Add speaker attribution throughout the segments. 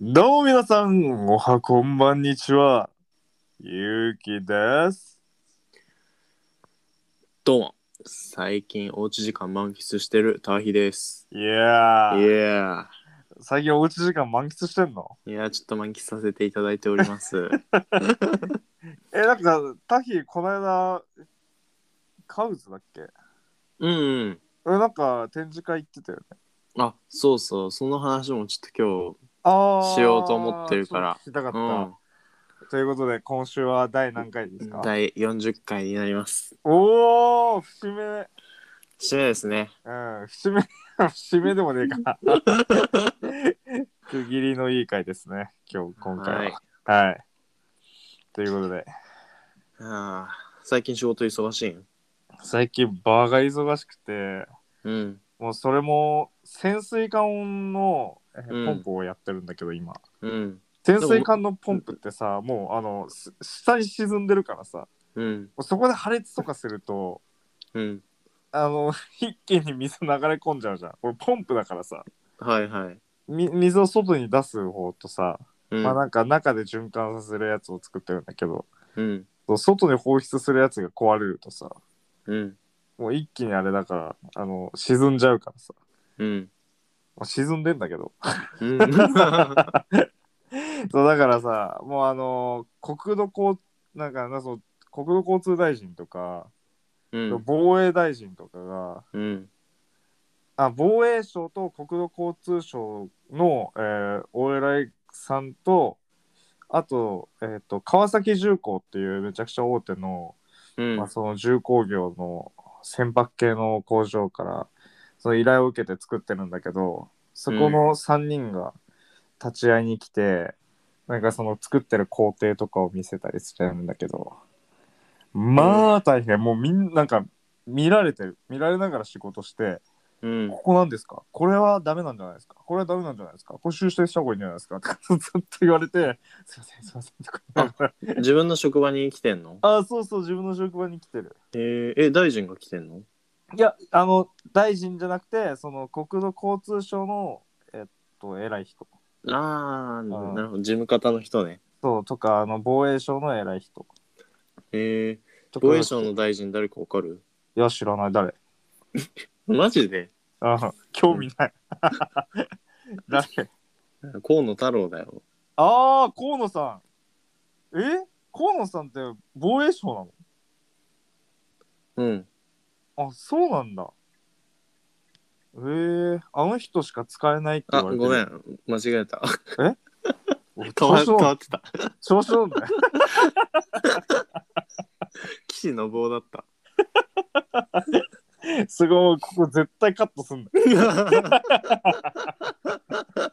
Speaker 1: どうも皆さん、おはこんばんにちは。ゆうきです。
Speaker 2: どうも最近おうち時間満喫してるターヒです
Speaker 1: い
Speaker 2: い
Speaker 1: や
Speaker 2: や
Speaker 1: ー、
Speaker 2: ー
Speaker 1: 最近おうち時間満喫してんの
Speaker 2: いやーちょっと満喫させていただいております
Speaker 1: え、なんか、タヒ、この間、カウズだっけえ、
Speaker 2: うん、うん、
Speaker 1: なんか展示会行ってたよね。
Speaker 2: あそうそうその話もちょっと
Speaker 1: あ
Speaker 2: しようと思ってるから
Speaker 1: ちょっと聞きたかった。
Speaker 2: 今
Speaker 1: ということで、今週は第何回で
Speaker 2: 日、
Speaker 1: す
Speaker 2: う
Speaker 1: か
Speaker 2: ん、第40回になります
Speaker 1: おー、節目。
Speaker 2: 締めですね
Speaker 1: うん、節目、 節目でもねえ か。区切りのいい回ですね、今日、今回は。
Speaker 2: はい
Speaker 1: はい。ということで、
Speaker 2: あー最近仕事忙しいん
Speaker 1: 最近バーが忙しくて、
Speaker 2: うん
Speaker 1: もうそれも潜水艦のえ
Speaker 2: うん
Speaker 1: ポンプをやってるんだけど、今。
Speaker 2: うん
Speaker 1: 潜水艦のポンプってさ、もうあの、す下に沈んでるからさ、も
Speaker 2: うん
Speaker 1: うそこで破裂とかすると、
Speaker 2: うん
Speaker 1: あの、一気に水流れ込んじゃうじゃん。俺、ポンプだからさ、
Speaker 2: はいはい、
Speaker 1: み水を外に出す方とさ、
Speaker 2: うん
Speaker 1: まあなんか中で循環させるやつを作ってるんだけど、
Speaker 2: うん
Speaker 1: そう外に放出するやつが壊れるとさ、
Speaker 2: うん
Speaker 1: もう一気にあれだから、あの、沈んじゃうからさ。
Speaker 2: うん
Speaker 1: まあ沈んでんだけど。
Speaker 2: うんは
Speaker 1: そう、だからさ、もうあのー国土交、なんかな、そう、国土交通大臣とか、
Speaker 2: い うん
Speaker 1: 防衛大臣とかが、
Speaker 2: うん
Speaker 1: あ、防衛省と国土交通省の、えーお偉いさんと、あと、えっ、と、川崎重工っていうめちゃくちゃ大手の、
Speaker 2: うん
Speaker 1: まあ、その重工業の船舶系の工場からその依頼を受けて作ってるんだけどそこの3人が立ち会いに来て、なんかその作ってる工程とかを見せたりしてるんだけどまあ大変もうみんなんか見られてる見られながら仕事して
Speaker 2: うん
Speaker 1: ここなんですかこれはダメなんじゃないですかこれはダメなんじゃないですかこれ修正した方がいいんじゃないですかとかずっと言われてすいませんすいませんとか言いながら
Speaker 2: 自分の職場に来てんの
Speaker 1: あそうそう自分の職場に来てる
Speaker 2: えー、え大臣が来てんの
Speaker 1: いや、あの、大臣じゃなくて、その国土交通省の、えっと、偉い人。
Speaker 2: ああ、
Speaker 1: ん
Speaker 2: なるほど。事務方の人ね。
Speaker 1: そう、とか、あの、防衛省の偉い人。
Speaker 2: へえ。
Speaker 1: とか
Speaker 2: 防衛省の大臣誰かわかる
Speaker 1: いや、知らない、誰。
Speaker 2: マジで
Speaker 1: あ興味ない。 誰
Speaker 2: 河野太郎だよ。
Speaker 1: ああ、河野さん。え河野さんって防衛省な
Speaker 2: うん。
Speaker 1: のあ、そうなんだ。ええあの人しか使えないって
Speaker 2: あ、
Speaker 1: 言われて
Speaker 2: ご
Speaker 1: る。
Speaker 2: めん。間違えた。
Speaker 1: 俺
Speaker 2: 変
Speaker 1: 調子
Speaker 2: わ変
Speaker 1: 乗
Speaker 2: わ
Speaker 1: ん
Speaker 2: ってた。
Speaker 1: 調子乗んだよ。
Speaker 2: 岸信夫だ った。
Speaker 1: すごい、ここ絶対カットすんだよ。
Speaker 2: あ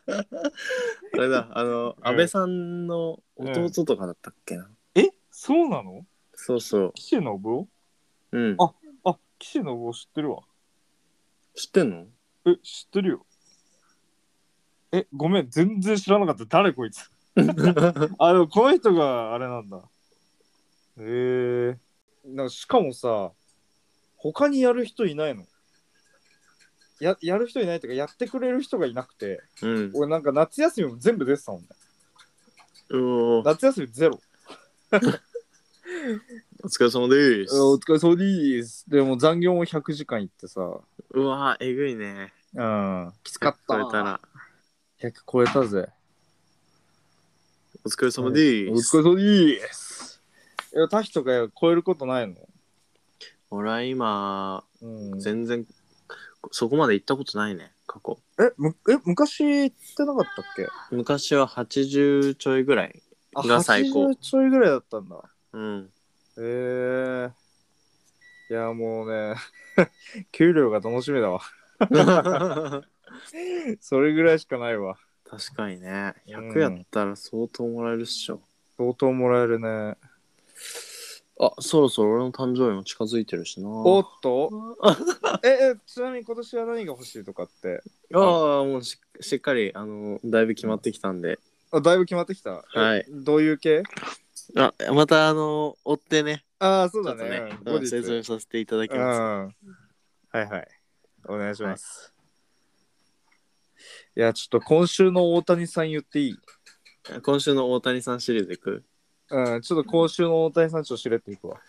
Speaker 2: れだ、あの、安倍さんの弟とかだったっけな。
Speaker 1: えそうなの
Speaker 2: そうそ
Speaker 1: 岸信夫
Speaker 2: う。うん
Speaker 1: あ。あ、岸信夫知ってるわ。
Speaker 2: 知ってんの
Speaker 1: え、知ってるよ。え、ごめん、全然知らなかった。誰こい つ。あ、でもこの人があれなんだ。へえー。なんかしかもさ、他にやる人いないのややる人いないっていうか、やってくれる人がいなくて、
Speaker 2: うん。
Speaker 1: 俺なんか夏休みも全部出てたもんね。
Speaker 2: うおー
Speaker 1: 夏休みゼロ。
Speaker 2: お疲れ様で
Speaker 1: あお疲れ様です。でも残業も100時間行ってさ、う
Speaker 2: うわーえぐいね。
Speaker 1: ん、きつかった。
Speaker 2: 聞こえたら。
Speaker 1: 100超えたぜ。
Speaker 2: お疲れ様で
Speaker 1: お
Speaker 2: ーす。
Speaker 1: 疲れ様です。いや、タヒとか超えることないの
Speaker 2: 俺は今、
Speaker 1: うん
Speaker 2: 全然、そこまで行ったことないね、過去。
Speaker 1: えむえ昔行ってなかったっけ
Speaker 2: 昔は80ちょいぐらい。
Speaker 1: あ
Speaker 2: が最高
Speaker 1: 80ちょいぐらいだったんだ
Speaker 2: うん。
Speaker 1: へえー、いやもうね 給料が楽しみだわ
Speaker 2: 確
Speaker 1: それぐらいしかないわ
Speaker 2: かにね。
Speaker 1: うん
Speaker 2: 100やったら相当もらえるっしょ。
Speaker 1: 相当もらえるね
Speaker 2: あ、そろそろ俺の誕生日も近づいてるしな。
Speaker 1: お
Speaker 2: あ
Speaker 1: っとええちなみに今年は何が欲しいとかって
Speaker 2: あー、もうししっかり、あの、だいぶ決まってきたんで。
Speaker 1: あだいぶ決まってきたえ
Speaker 2: はい
Speaker 1: どういう系
Speaker 2: あ、また、あの、追ってね、
Speaker 1: ああそ
Speaker 2: ち
Speaker 1: う
Speaker 2: ょ
Speaker 1: だ
Speaker 2: っと
Speaker 1: ね
Speaker 2: ね、
Speaker 1: うん
Speaker 2: う
Speaker 1: 後
Speaker 2: ん
Speaker 1: 日
Speaker 2: 説明させていただき
Speaker 1: うん
Speaker 2: ます。
Speaker 1: はいはいお願いします、いや、ちょっと今週の大谷さん言っていい
Speaker 2: 今週の大谷さんシリーズいく
Speaker 1: うん、ちょっと今週の大谷さんちょっとしれっていくわ。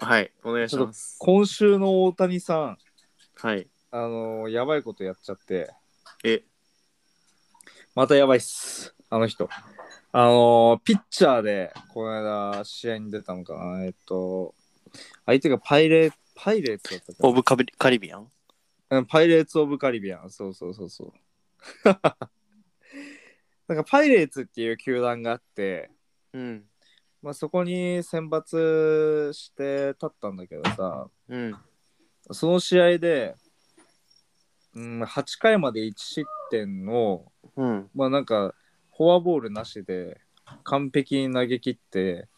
Speaker 2: はい、お願いします。
Speaker 1: 今週の大谷さん、
Speaker 2: はい。
Speaker 1: あのーやばいことやっちゃって、
Speaker 2: え、
Speaker 1: またやばいっす、あの人。あのーピッチャーで、この間、試合に出たのかな。えっと、相手がパイレーパイレーツだったかな
Speaker 2: オブカビカリビアン
Speaker 1: うんパイレーツ・オブ・カリビアン。そうそうそうそう。 なんかパイレーツっていう球団があって、
Speaker 2: うん。
Speaker 1: まあ、そこに選抜して立ったんだけどさ、
Speaker 2: うん。
Speaker 1: その試合で、うん、8回まで1失点を、
Speaker 2: うん。
Speaker 1: まあなんか、フォアボールなしで完璧に投げ切って、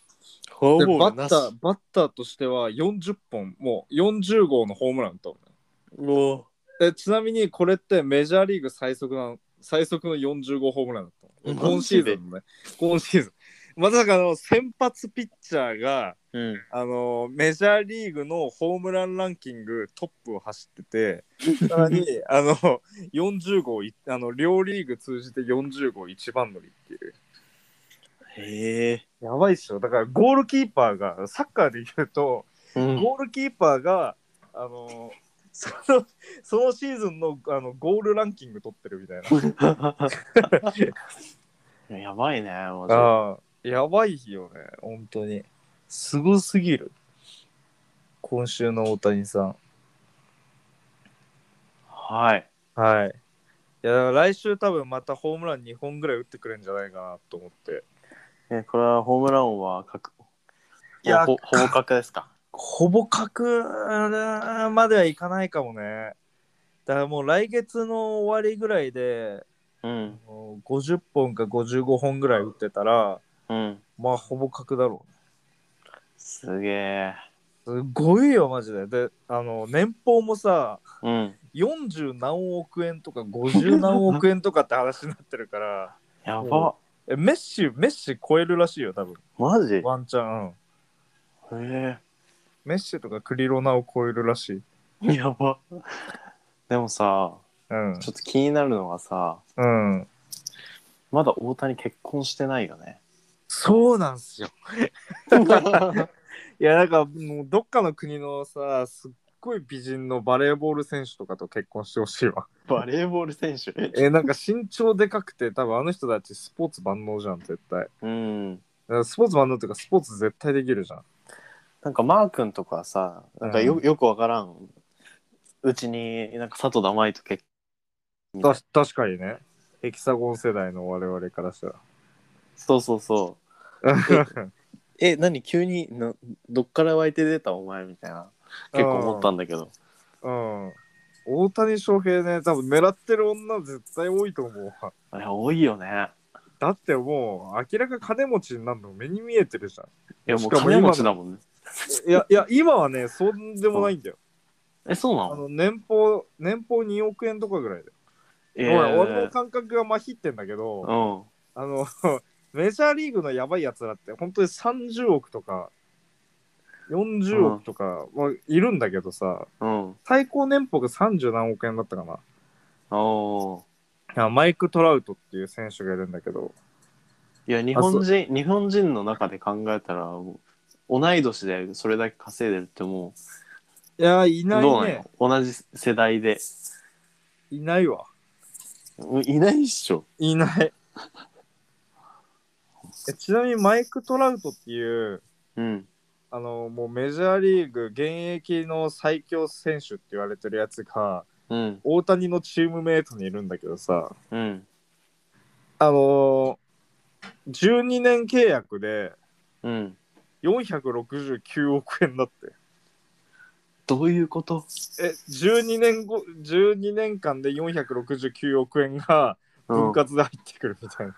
Speaker 2: フォ
Speaker 1: でバッターバッターとしては40本、もう40号のホームラン打ったのね
Speaker 2: お
Speaker 1: えちなみにこれってメジャーリーグ最速な最速の40号ホームランだったの
Speaker 2: マジで
Speaker 1: 今シーズンのね今シーズンまさかの先発ピッチャーが、
Speaker 2: うん。
Speaker 1: あのメジャーリーグのホームランランキングトップを走っててさらにあの40号いあの両リーグ通じて40号一番乗りっていう
Speaker 2: へえ。
Speaker 1: やばいっしょだからゴールキーパーがサッカーで言うと
Speaker 2: うん。
Speaker 1: ゴールキーパーが、あのそのそのシーズンのあのゴールランキング取ってるみたいな。
Speaker 2: やばいね、マジで
Speaker 1: ああ、やばいよね、本当に。すごすぎる。今週の大谷さん。
Speaker 2: はい。
Speaker 1: はい。いや、だから来週多分またホームラン2本ぐらい打ってくれるんじゃないかなと思って。
Speaker 2: え、これはホームラン王は確
Speaker 1: いや
Speaker 2: ほほぼ確ですか。
Speaker 1: ほぼ確まではいかないかもね。だからもう来月の終わりぐらいで、
Speaker 2: うん。
Speaker 1: もう50本か55本ぐらい打ってたら、
Speaker 2: うん。
Speaker 1: まあほぼ確だろ
Speaker 2: すげえ。
Speaker 1: う。すごいよマジで。であの年俸もさ
Speaker 2: うん。
Speaker 1: 40何億円とか50何億円とかって話になってるから
Speaker 2: やば。
Speaker 1: えメッシメッシ超えるらしいよ多分
Speaker 2: マジへ
Speaker 1: ワンチャン、うん
Speaker 2: え。
Speaker 1: メッシとかクリロナを超えるらしい。
Speaker 2: やば。でもさ、
Speaker 1: うん
Speaker 2: ちょっと気になるのがさ、
Speaker 1: うん、
Speaker 2: まだ大谷結婚してないよ ね。
Speaker 1: そうなんすよ。いやなんかもうどっかの国のさすっごい美人のバレーボール選手とかと結婚してほしい わ。
Speaker 2: バレーボール選手。
Speaker 1: えなんか身長でかくて多分あの人たちスポーツ万能じゃん絶対。
Speaker 2: うん。
Speaker 1: だからスポーツマンのっていうかスポーツ絶対できるじゃん。
Speaker 2: なんかマー君とかさ、なんかよ,、
Speaker 1: う
Speaker 2: よくわからん。うちに、なんか佐藤だまいと結
Speaker 1: た確かにね。ヘキサゴン世代の我々からしたら。
Speaker 2: そうそうそう。 え何急になどっから湧いて出たお前みたいな結構思ったんだけど
Speaker 1: うん。大谷翔平ね、多分狙ってる女絶対多いと思うわ。
Speaker 2: あれ多いよね
Speaker 1: だってもう明らか金持ちになるの目に見えてるじゃ
Speaker 2: いやも
Speaker 1: し
Speaker 2: う
Speaker 1: かも
Speaker 2: 金
Speaker 1: 今の
Speaker 2: 持ちだもんね
Speaker 1: ん。いやいや、今はね、そんでもないんだよ。
Speaker 2: えそうな
Speaker 1: あ
Speaker 2: の
Speaker 1: の年俸、年俸2億円とかぐらいだよ。
Speaker 2: え
Speaker 1: おい俺の感覚がまひってんだけど、
Speaker 2: うん
Speaker 1: あの、 メジャーリーグのやばいやつらって、本当に30億とか、40億とかはいるんだけどさ、
Speaker 2: うん
Speaker 1: 最高年俸が30何億円だったかな。
Speaker 2: おー
Speaker 1: あマイク・トラウトっていう選手がいるんだけど、
Speaker 2: いや日本人日本人の中で考えたらもう同い年でそれだけ稼いでるっても
Speaker 1: いや、いうない
Speaker 2: どうなん
Speaker 1: ね
Speaker 2: よ。同じ世代で
Speaker 1: いないわ。
Speaker 2: うんいないっしょ
Speaker 1: い ない。えちなみにマイク・トラウトっていう、
Speaker 2: うん
Speaker 1: あの、もうメジャーリーグ現役の最強選手って言われてるやつが、
Speaker 2: うん
Speaker 1: 大谷のチームメイトにいるんだけどさ、
Speaker 2: うん
Speaker 1: あのー、12年契約で
Speaker 2: うん
Speaker 1: 469億円だって。
Speaker 2: どういうこと
Speaker 1: え、12年後、12年間で469億円が
Speaker 2: うん
Speaker 1: 分
Speaker 2: っ
Speaker 1: 割で入ってくるみたいな。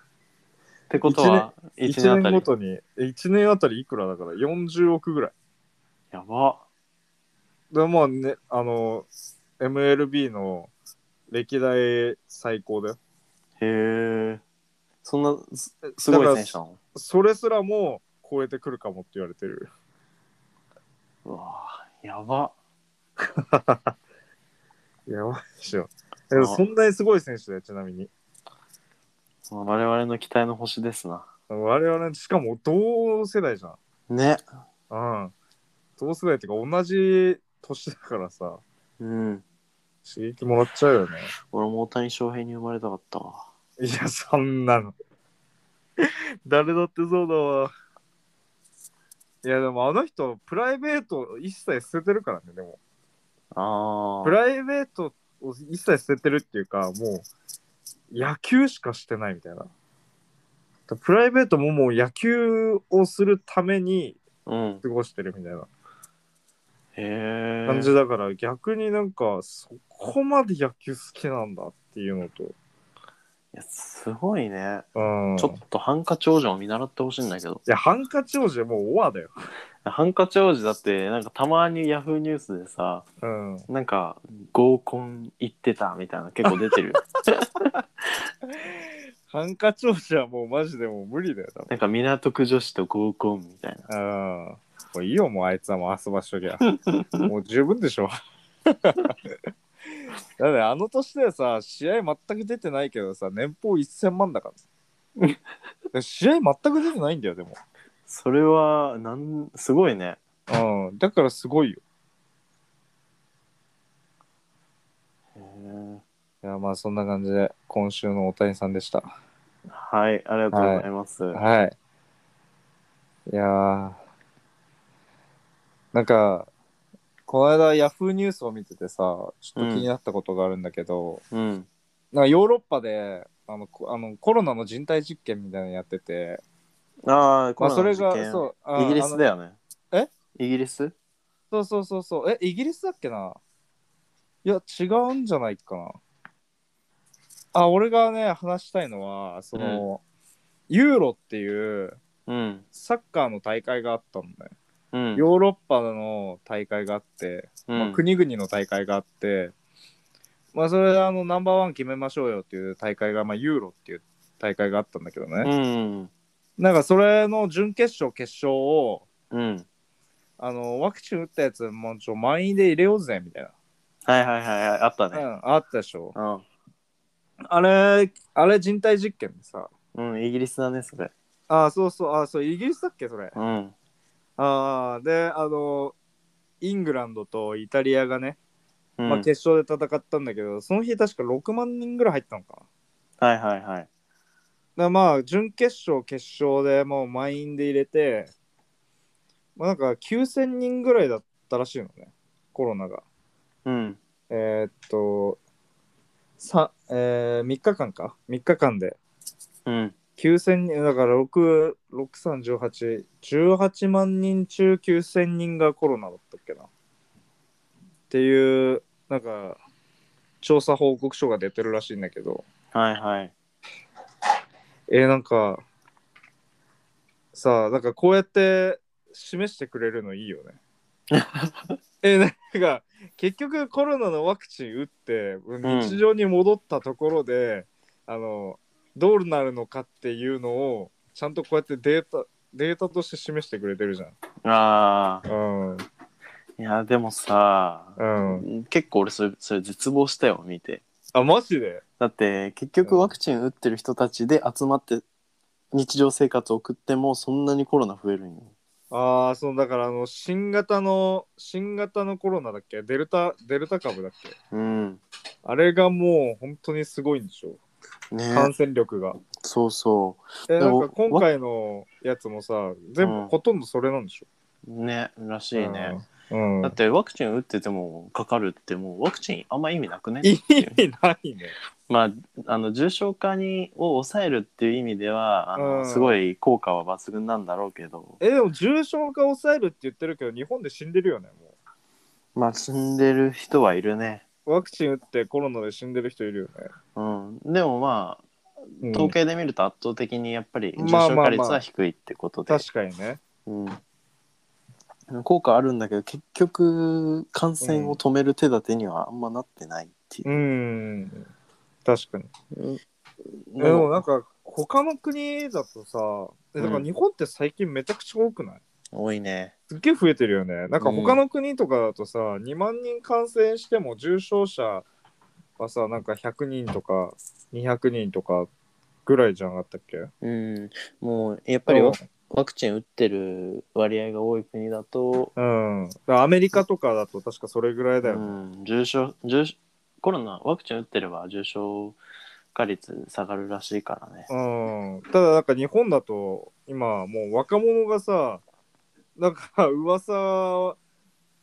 Speaker 2: てことは一年
Speaker 1: 1
Speaker 2: あた
Speaker 1: 年
Speaker 2: り
Speaker 1: ごとに、1年あたりいくらだから40億ぐらい。
Speaker 2: やば
Speaker 1: でまあね、あの、MLB の歴代最高だよ。
Speaker 2: へえそんなすす
Speaker 1: だ
Speaker 2: ごい
Speaker 1: から
Speaker 2: 選手なの
Speaker 1: それすらも超えてくるかもって言われてる。
Speaker 2: うわぁやば。
Speaker 1: やばいでしょ。えそんなにすごい選手だよ、ちなみに。
Speaker 2: 我々の期待の星ですな。
Speaker 1: 我々、しかも同世代じゃん。
Speaker 2: ね。
Speaker 1: うん。同世代っていうか、同じ年だからさ、
Speaker 2: うん。
Speaker 1: 刺激もらっちゃうよね。
Speaker 2: 俺も大谷翔平に生まれたかったわ。
Speaker 1: いや、そんなの。誰だってそうだわ。いや、でもあの人、プライベート一切捨ててるからね、でも。
Speaker 2: あ
Speaker 1: プライベートを一切捨ててるっていうか、もう、野球しかしてないみたいな。だからプライベートももう野球をするために
Speaker 2: あ。うん。
Speaker 1: 過ごしてるみたいな
Speaker 2: へえ。
Speaker 1: 感じだから、逆になんか、そこまで野球好きなんだっていうのと。
Speaker 2: いや、すごいね。
Speaker 1: うん。
Speaker 2: ちょっとハンカチ王子も見習ってほしいんだけど。
Speaker 1: いや、ハンカチ王子はもうオアだよ。
Speaker 2: ハンカチ王子だって、なんかたまにヤフーニュースでさ、
Speaker 1: うん。
Speaker 2: なんか合コン行ってたみたいな結構出 てるよ。
Speaker 1: ハンカチ王子はもうマジでもう無理だよ、多分。
Speaker 2: なんか港区女子と合コンみたいな。
Speaker 1: うん。もういいよ、もうあいつはもう遊ばしときゃ。もう十分でしょ。 だってあの年でさ、試合全く出てないけどさ、年俸1000万だからさ。で試合全く出てないんだよ、でも。
Speaker 2: それは、なん、すごいね。
Speaker 1: うん。だからすごいよ。
Speaker 2: へー
Speaker 1: いや、まあそんな感じで、今週の大谷さんでした。
Speaker 2: はい、ありがとうございます。
Speaker 1: はい。いやーなんか、この間ヤフーニュースを見ててさ、ちょっと気になったことがあるんだけど、
Speaker 2: うん。
Speaker 1: なんかヨーロッパであのこあのコロナの人体実験みたいなのやってて、
Speaker 2: ああ、こ
Speaker 1: まあ、
Speaker 2: の
Speaker 1: それ
Speaker 2: 実
Speaker 1: が
Speaker 2: 験
Speaker 1: そうあ
Speaker 2: イギリスだ
Speaker 1: よ
Speaker 2: よね。
Speaker 1: え
Speaker 2: イギリス
Speaker 1: そうそうそうそうえイギリスだっけないや違うんじゃないかなあ俺がね話したいのはその、ユーロっていう
Speaker 2: うん。
Speaker 1: サッカーの大会があったんだよ
Speaker 2: うん。
Speaker 1: ヨーロッパの大会があって、
Speaker 2: うん
Speaker 1: まあ、国々の大会があって、まあ、それであのナンバーワン決めましょうよっていう大会が、まあ、ユーロっていう大会があったんだけど
Speaker 2: う
Speaker 1: ね、
Speaker 2: ん。
Speaker 1: なんかそれの準決勝決勝を
Speaker 2: うん。
Speaker 1: あのワクチン打ったやつもうちょ満員で入れようぜみたい
Speaker 2: はいはいはいはい、あった
Speaker 1: な、う
Speaker 2: ね。
Speaker 1: ん、あったでしょ
Speaker 2: うん。
Speaker 1: あれあれ人体実験でさ
Speaker 2: うん、イギリスだね、それ。
Speaker 1: あそうそうあそうイギリスだっけそれ
Speaker 2: うん。
Speaker 1: あーであのイングランドとイタリアがね
Speaker 2: うん
Speaker 1: まあ、決勝で戦ったんだけど、その日確か6万人ぐらい入ったのかな。だか
Speaker 2: はいはいはい。
Speaker 1: らまあ、準決勝、決勝でもう満員で入れて、まあ、なんか9000人ぐらいだったらしいのね、コロナが。
Speaker 2: うん。
Speaker 1: えーっと、さえー、3日間か ?3 日間で。
Speaker 2: うん。
Speaker 1: 9000人、だから6、6、3、18、18万人中9000人がコロナだったっけな。っていう、なんか、調査報告書が出てるらしいんだけど、
Speaker 2: はいはい。
Speaker 1: えーなんかさあなんかこうやって示してくれるのいいよね。えーなんか結局コロナのワクチン打って
Speaker 2: ん
Speaker 1: 日常に戻ったところで、あのどうなるのかっていうのをちゃんとこうやってデータデータとして示してくれてるじゃん。
Speaker 2: ああ。
Speaker 1: うん
Speaker 2: いや、でもさ、
Speaker 1: うん。
Speaker 2: 結構俺それ、それ絶望したよ、見て。
Speaker 1: あマジで
Speaker 2: だって、結
Speaker 1: う
Speaker 2: 局
Speaker 1: ん
Speaker 2: ワクチン打ってる人たちで集まって、日常生活を送っても、そんなにコロナ増えるんよ。
Speaker 1: ああそうだからあの新型の新型のコロナだっけデルタデルタ株だっけ
Speaker 2: うん。
Speaker 1: あれがもう本当にすごいんでしょ
Speaker 2: ね
Speaker 1: 感染力が。
Speaker 2: そうそ
Speaker 1: え、
Speaker 2: で
Speaker 1: なん
Speaker 2: も
Speaker 1: か今回のやつもさ、全
Speaker 2: う
Speaker 1: 部
Speaker 2: ん
Speaker 1: ほとんどそれなんでしょ、
Speaker 2: う。ね、らし
Speaker 1: う
Speaker 2: いね。。
Speaker 1: うん。
Speaker 2: だってワクチン打っててもかかるってもうワクチンあんま意味なくね
Speaker 1: 意味ないね。
Speaker 2: まあ、あの重症化にを抑えるっていう意味ではあの、
Speaker 1: うん
Speaker 2: すごい効果は抜群なんだろうけど
Speaker 1: え、でも重症化を抑えるって言ってるけど、日本で死んでるよね、も
Speaker 2: まあ死んでる人はいるね、
Speaker 1: う。ワクチン打ってコロナで死んでる人いるよね。
Speaker 2: うん、でもま
Speaker 1: うん
Speaker 2: あ統計で見ると圧倒的にやっぱり重
Speaker 1: まあま
Speaker 2: 症
Speaker 1: あまあ
Speaker 2: 化率は低いってことで、
Speaker 1: 確かにね。
Speaker 2: うん、効果あるんだけど結局感染を止める手立てにはあんまなってないっていう
Speaker 1: う、ん。確かに。
Speaker 2: うん
Speaker 1: え、でもなんか、他の国だとさ、えだから日本って最近めちゃくちゃ多くない、
Speaker 2: 多いね
Speaker 1: すっげえ増えてるよね。なんか他の国とかだとさ、2万人感染しても重症者はさ、なんか100人とか200人とかぐらいじゃなかったっけやっ
Speaker 2: うん、もうやっぱりワワクチン打ってる割合が多い国だと、
Speaker 1: うん。だからアメリカとかだと確かそれぐらいだ
Speaker 2: う
Speaker 1: よね。
Speaker 2: ん、重症重症コロナワクチン打ってれば重症化率下がるらしいからね。
Speaker 1: うん。ただなんか日本だと今もう若者がさ、なんか噂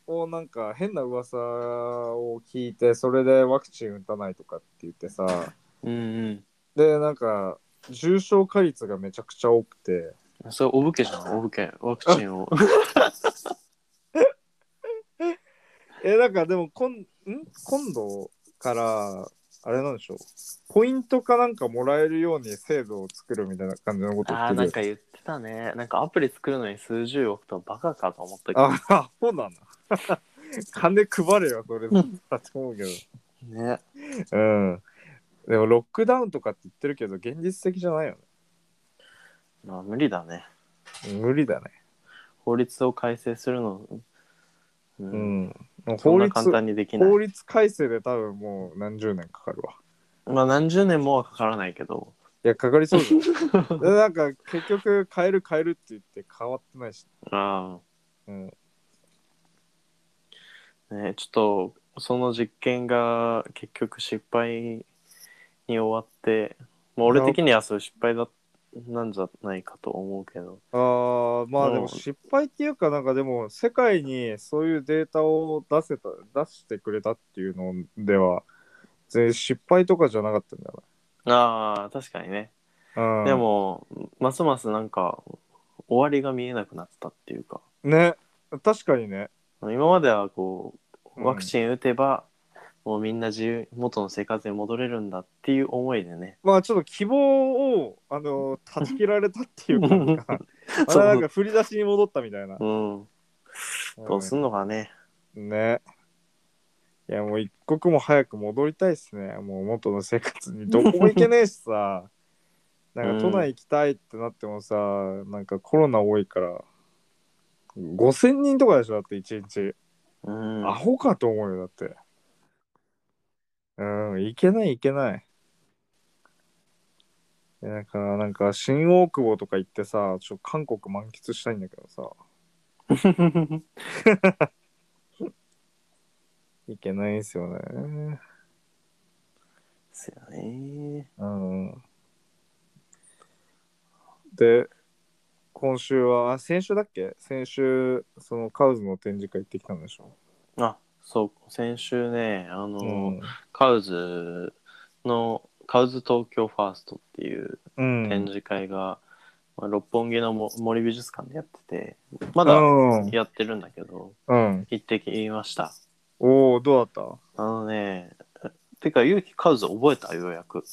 Speaker 1: をなんか変な噂を聞いてそれでワクチン打たないとかって言ってさ、
Speaker 2: うん
Speaker 1: でなんか重症化率がめちゃくちゃ多くて、
Speaker 2: うん。それお武家じゃん、お武家。ワクチンを。
Speaker 1: えなんかでもこんん今度からあれなんでしょうポイントかなんかもらえるように制度を作るみたいな感じのこと言っ
Speaker 2: ああ、
Speaker 1: て
Speaker 2: なん
Speaker 1: る
Speaker 2: か言ってたね。なんかアプリ作るのに数十億とバカかと思ったけど。
Speaker 1: ああそうなんだ 金配れよそれだって思うけど
Speaker 2: ね。
Speaker 1: うんでもロックダウンとかって言ってるけど現実的じゃないよ
Speaker 2: まあ無理だね。
Speaker 1: ね無理だね
Speaker 2: 法律を改正するの、う、
Speaker 1: うんん、もう
Speaker 2: そん
Speaker 1: 法
Speaker 2: な
Speaker 1: 律
Speaker 2: 簡単にできない
Speaker 1: 法。律改正で多分もう何十年かかるわ
Speaker 2: まあ何十年もはかからないけど。
Speaker 1: いやかかりそう だでなんか結局変える変えるって言って変わってないし
Speaker 2: あ
Speaker 1: うん
Speaker 2: あ、ね、ちょっとその実験が結局失敗に終わって、まあ、俺的にはそう失敗だなんじゃないかと思うけど。
Speaker 1: ああまあ
Speaker 2: うん
Speaker 1: でも失敗っていうかなんかでも世界にそういうデータを出せた出してくれたっていうのでは全然失敗とかじゃなかったんだよ
Speaker 2: ああ、確かにね。
Speaker 1: な、うん、
Speaker 2: でも、ますますなんか終わりが見えなくなったっていうか、
Speaker 1: ね確かにね
Speaker 2: 今まではこ
Speaker 1: うん
Speaker 2: う、ワクチン打てば、もうみんな自由元の生活に戻れるんだっていう思いでね。
Speaker 1: まあちょっと希望をあ の断ち切られたっていうかなんかまたなんか振り出しに戻ったみたいな、
Speaker 2: うん。どうすんのかね。
Speaker 1: うんねいやもう一刻も早く戻りたいっすねもう元の生活にどこも行けねえしさなんか都内行きたいってなってもさ、なんかコロナ多いから5000人とかでしょだって1日、
Speaker 2: うん。
Speaker 1: アホかと思うよだってうん行けない行けないいやなんかなんか新大久保とか行ってさちょっと韓国満喫したいんだけど さ行けないんすよね
Speaker 2: ですよね。
Speaker 1: うんで、今週は、あ、先週だっけ先週、そのカウズの展示会行ってきたんでしょ。
Speaker 2: あ、そう、先週ね、あの、
Speaker 1: うん。
Speaker 2: カウズの、カウズ東京ファーストっていう
Speaker 1: うん。
Speaker 2: 展示会が、まあ、六本木のも森美術館でやってて、まだ
Speaker 1: うん。
Speaker 2: やってるんだけど、
Speaker 1: うん。
Speaker 2: 行ってきました。
Speaker 1: おおどうだっ
Speaker 2: あのね、てか、ゆうきカウズ覚えたようやく。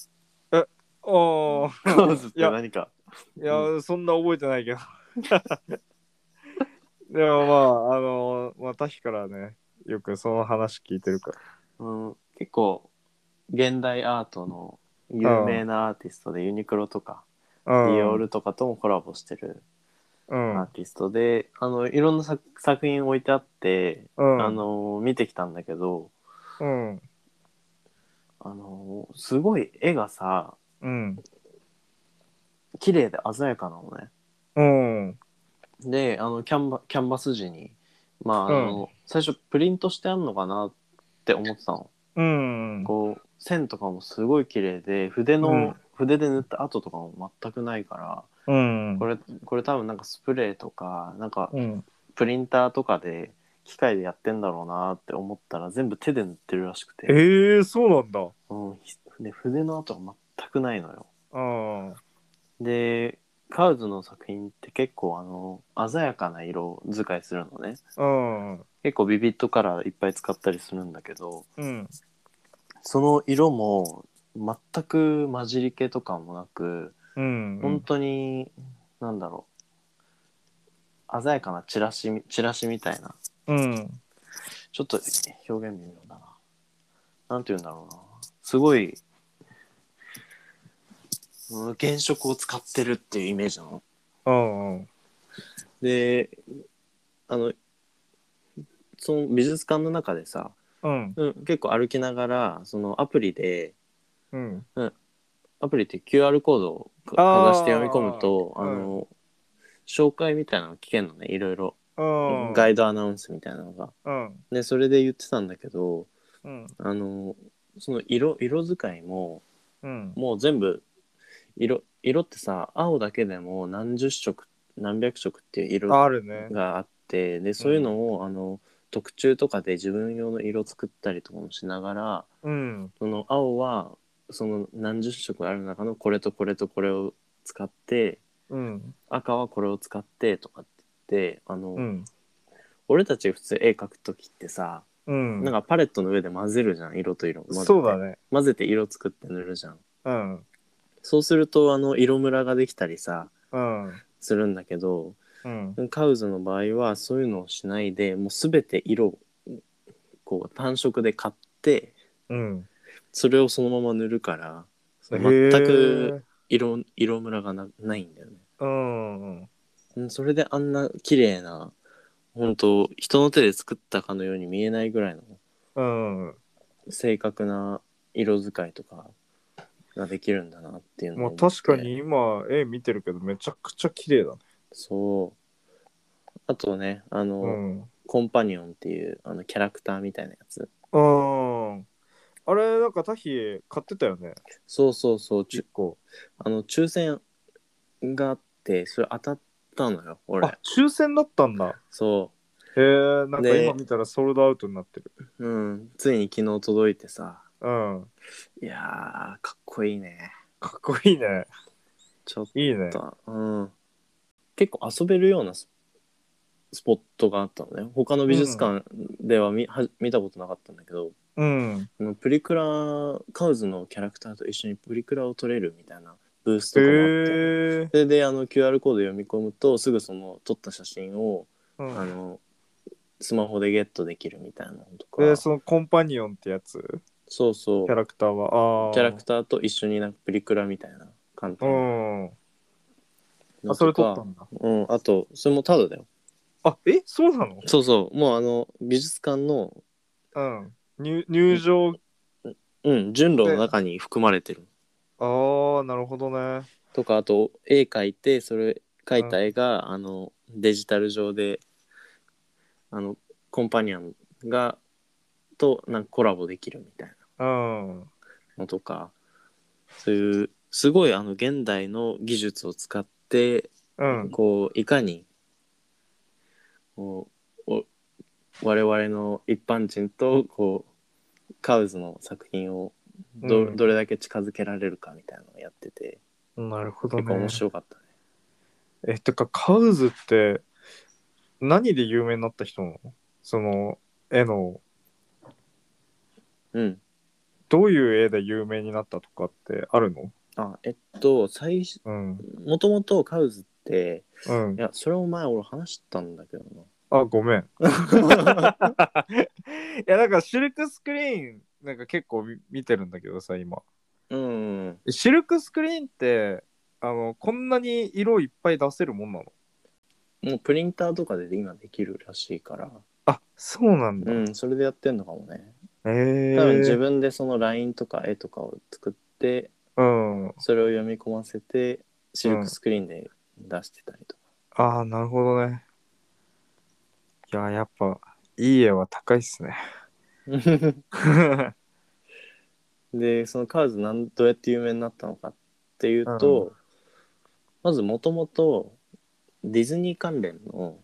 Speaker 1: たおー
Speaker 2: カウズって何か。
Speaker 1: いや、そんな覚えてないけど。 でもまあ、あのまあ、タヒからね、よくその話聞いてるから。
Speaker 2: うん、結構、現代アートの有名なアーティストで、ユニクロとか、デ
Speaker 1: うん。
Speaker 2: ィオールとかともコラボしてる
Speaker 1: うん。
Speaker 2: アーティストで、あのいろんな作作品置いてあって、
Speaker 1: うん。
Speaker 2: あ、の見てきたんだけど
Speaker 1: うん。
Speaker 2: あのすごい絵がさ
Speaker 1: うん。
Speaker 2: 綺麗で鮮やかなのね。
Speaker 1: うん。
Speaker 2: であのキャンバキャンバス地に、まああの最初プリントしてあんのかなって思ってたの。
Speaker 1: うん。
Speaker 2: こう線とかもすごい綺麗で筆の、
Speaker 1: うん
Speaker 2: 筆で塗った跡とかも全くないから
Speaker 1: うん。
Speaker 2: これこれ多分なんかスプレーとかなんか
Speaker 1: うん。
Speaker 2: プリンターとかで機械でやってんだろうなって思ったら全部手で塗ってるらしく
Speaker 1: ええ
Speaker 2: て、
Speaker 1: ー、そうなんだ。
Speaker 2: うん、ひで筆の跡が全くないのよ
Speaker 1: うん。
Speaker 2: でカウズの作品って結構あの鮮やかな色使いするのね
Speaker 1: うん。
Speaker 2: 結構ビビットカラーいっぱい使ったりするんだけど
Speaker 1: うん。
Speaker 2: その色も全く混じり気とかもなく
Speaker 1: うん。
Speaker 2: 本当に、なんだろう鮮やかなチラシみチラシみたいな
Speaker 1: うん。
Speaker 2: ちょっと表現微妙だな。なんて言うんだろうな。すごい、うん原色を使ってるっていうイメージなの。
Speaker 1: うん。うん。
Speaker 2: で、あの、その美術館の中でさ、
Speaker 1: うん。
Speaker 2: うん、結構歩きながらそのアプリで
Speaker 1: うん。
Speaker 2: アプリって QR コードをか
Speaker 1: あー
Speaker 2: かざして読み込むとあ
Speaker 1: うん
Speaker 2: の、紹介みたいなのが聞けんのねいろいろ
Speaker 1: うん。
Speaker 2: ガイドアナウンスみたいなのが。
Speaker 1: うん。
Speaker 2: でそれで言ってたんだけど
Speaker 1: うん。
Speaker 2: あのその色色使いも
Speaker 1: うん。
Speaker 2: もう全部色色ってさ青だけでも何十色何百色っていう色
Speaker 1: あるね。
Speaker 2: があってでそういうのを、あの特注とかで自分用の色作ったりとかもしながら
Speaker 1: うん。
Speaker 2: その青はその何十色ある中のこれとこれとこれを使って
Speaker 1: うん。
Speaker 2: 赤はこれを使ってとかって言ってあの、
Speaker 1: うん。
Speaker 2: 俺たち普通絵描く時ってさ、
Speaker 1: うん。
Speaker 2: なんかパレットの上で混ぜるじゃん色と色混ぜて
Speaker 1: そうだね。
Speaker 2: 混ぜて色作って塗るじゃん
Speaker 1: うん。
Speaker 2: そうするとあの色ムラができたりさ
Speaker 1: うん。
Speaker 2: するんだけど
Speaker 1: うん。
Speaker 2: カウズの場合はそういうのをしないでもう全て色をこう単色で買って
Speaker 1: うん。
Speaker 2: それをそのまま塗るから
Speaker 1: へ
Speaker 2: 全
Speaker 1: ー
Speaker 2: く。色色ムラがなないんだよね
Speaker 1: うん。うん
Speaker 2: うんそれであんな綺麗な本当人の手で作ったかのように見えないぐらいの
Speaker 1: うん。
Speaker 2: 正確な色使いとかができるんだなっていうのを
Speaker 1: まあ
Speaker 2: 思って
Speaker 1: 確かに今絵見てるけどめちゃくちゃ綺麗だね。
Speaker 2: そうあとねあの、
Speaker 1: うん。
Speaker 2: コンパニオンっていうあのキャラクターみたいなやつ
Speaker 1: うん。あれ、なんかタヒ買ってたよね。
Speaker 2: そうそうそうちゅ
Speaker 1: 1個。
Speaker 2: あの抽選があってそれ当たったのよ俺
Speaker 1: あ、抽選だったんだ。
Speaker 2: そ
Speaker 1: へえ、なんか
Speaker 2: で
Speaker 1: 今見たらソールドアウトになってる。
Speaker 2: ううんついに昨日届いてさ
Speaker 1: うん。
Speaker 2: いやーかっこいいね
Speaker 1: かっこいいね。
Speaker 2: ちょっ
Speaker 1: いいね。
Speaker 2: とうん結構遊べるようなススポットがあったのね他の美術館では見,は、見たことなかったんだけど
Speaker 1: うん。
Speaker 2: あのプリクラカウズのキャラクターと一緒にプリクラを撮れるみたいなブース
Speaker 1: へ
Speaker 2: とかもあ
Speaker 1: え。
Speaker 2: って、それであの QR コード読み込むとすぐその撮った写真を、
Speaker 1: う
Speaker 2: あ
Speaker 1: ん。
Speaker 2: のスマホでゲットできるみたいなのとか、
Speaker 1: で、そのコンパニオンってやつ、
Speaker 2: そうそう
Speaker 1: キ
Speaker 2: キ
Speaker 1: ャラクターは。ああ。
Speaker 2: ャラクターと一緒になんかプリクラみたいな簡
Speaker 1: う。
Speaker 2: 単なんの
Speaker 1: あ、それ
Speaker 2: と
Speaker 1: 撮っ
Speaker 2: か
Speaker 1: たんだ。
Speaker 2: うん、あとそれもタダだよ
Speaker 1: あ、え、そうなの
Speaker 2: そうそうもうあの美術館の、
Speaker 1: うん。入入場。
Speaker 2: うん、順路の中に含まれてる
Speaker 1: ああ、なるほどね。
Speaker 2: とかあと絵描いてそれ描いた絵が、あのデジタル上であのコンパニオンがとなんかコラボできるみたいな
Speaker 1: うん。
Speaker 2: のとかそういうすごいあの現代の技術を使って、
Speaker 1: うん。
Speaker 2: こういかにこうお我々の一般人とこうカウズの作品をど,、
Speaker 1: うん
Speaker 2: どれだけ近づけられるかみたいなのをやってて
Speaker 1: なるほど
Speaker 2: 結構
Speaker 1: ね
Speaker 2: 面。白かったね。
Speaker 1: え、てか、カウズって何で有名になった人なのその絵の、
Speaker 2: うん
Speaker 1: どういう絵で有名になったとかってあるの
Speaker 2: あえっと最初
Speaker 1: うん。
Speaker 2: もともとカウズって
Speaker 1: うん
Speaker 2: い。やそれも前俺話したんだけど
Speaker 1: あ、ごめん。
Speaker 2: な
Speaker 1: いや、なんかシルクスクリーン、なんか結構み見てるんだけどさ、今。
Speaker 2: うん
Speaker 1: シルクスクリーンって、あの、こんなに色いっぱい出せるもんなの
Speaker 2: もうプリンターとかで今できるらしいから
Speaker 1: あ、そうなんだ。
Speaker 2: う
Speaker 1: へ
Speaker 2: んそれでやってんのかもね
Speaker 1: え
Speaker 2: 多分自分でその LINE とか絵とかを作って
Speaker 1: うん。
Speaker 2: それを読み込ませてシルクスクリーンで出してたりとか、
Speaker 1: ああ、なるほどね。いや、やっぱ、いい絵は高いっすね。
Speaker 2: でそのカーズなんどうやって有名になったのかっていうと、まずもともとディズニー関連の